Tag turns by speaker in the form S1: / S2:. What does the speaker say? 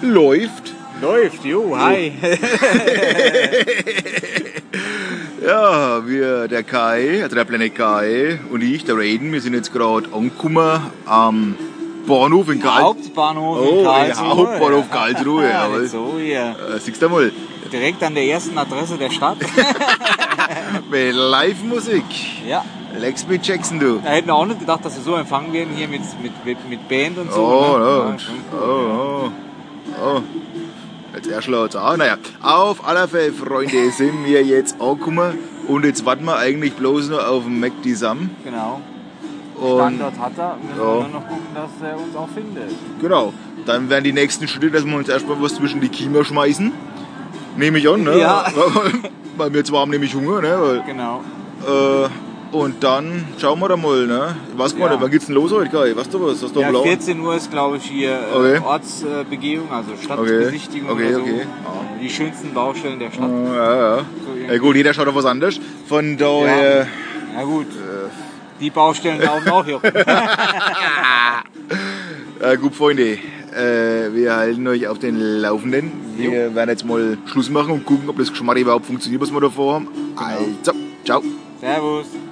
S1: läuft.
S2: Läuft, jo, hi.
S1: Ja, wir, der Kai, also der Planet Kai und ich, der Raiden, wir sind jetzt gerade angekommen am Bahnhof in Karl
S2: Hauptbahnhof
S1: Oh,
S2: in
S1: der
S2: Karlsruhe.
S1: Hauptbahnhof Karlsruhe,
S2: Ja,
S1: jawohl.
S2: so hier.
S1: Äh, siehst du mal,
S2: Direkt an der ersten Adresse der Stadt.
S1: mit Live-Musik.
S2: ja.
S1: Lexby Jackson, du.
S2: Da hätten wir auch nicht gedacht, dass wir so empfangen werden hier mit, mit, mit, mit Band und so.
S1: Oh,
S2: ne?
S1: ja.
S2: Ja, schon
S1: oh,
S2: cool.
S1: oh, oh. Jetzt erschlaut's auch. Naja, auf alle Fälle, Freunde, sind wir jetzt angekommen und jetzt warten wir eigentlich bloß noch auf den Mac die Sam.
S2: Genau.
S1: Und
S2: Standort hat er. Müssen
S1: Ja.
S2: wir nur noch gucken, dass er uns auch findet.
S1: Genau. Dann wären die nächsten Schritte, dass wir uns erstmal was zwischen die Kiemer schmeißen. Nehme ich an, ne?
S2: Ja.
S1: Weil wir zwar haben nämlich Hunger, ne?
S2: Genau.
S1: Weil, äh, und dann schauen wir da mal, ne? Was
S2: Ja.
S1: ja. wann geht's denn los heute, Kai? Weißt du was? Hast du
S2: Ja,
S1: einen Plan?
S2: 14 Uhr ist, glaube ich, hier äh,
S1: Okay.
S2: Ortsbegehung, also Stadtbesichtigung
S1: Okay,
S2: oder so.
S1: okay.
S2: Die schönsten Baustellen der Stadt.
S1: Äh, Ja, ja.
S2: So irgendwie.
S1: ja gut, jeder schaut auf was anderes. Von äh, daher,
S2: Na gut. Die Baustellen laufen auch hier.
S1: äh, gut, Freunde, äh, wir halten euch auf den Laufenden. Wir werden jetzt mal
S2: Genau.
S1: Schluss machen und gucken, ob das Geschmack überhaupt funktioniert, was wir da vorhaben. Also, ciao.
S2: Servus.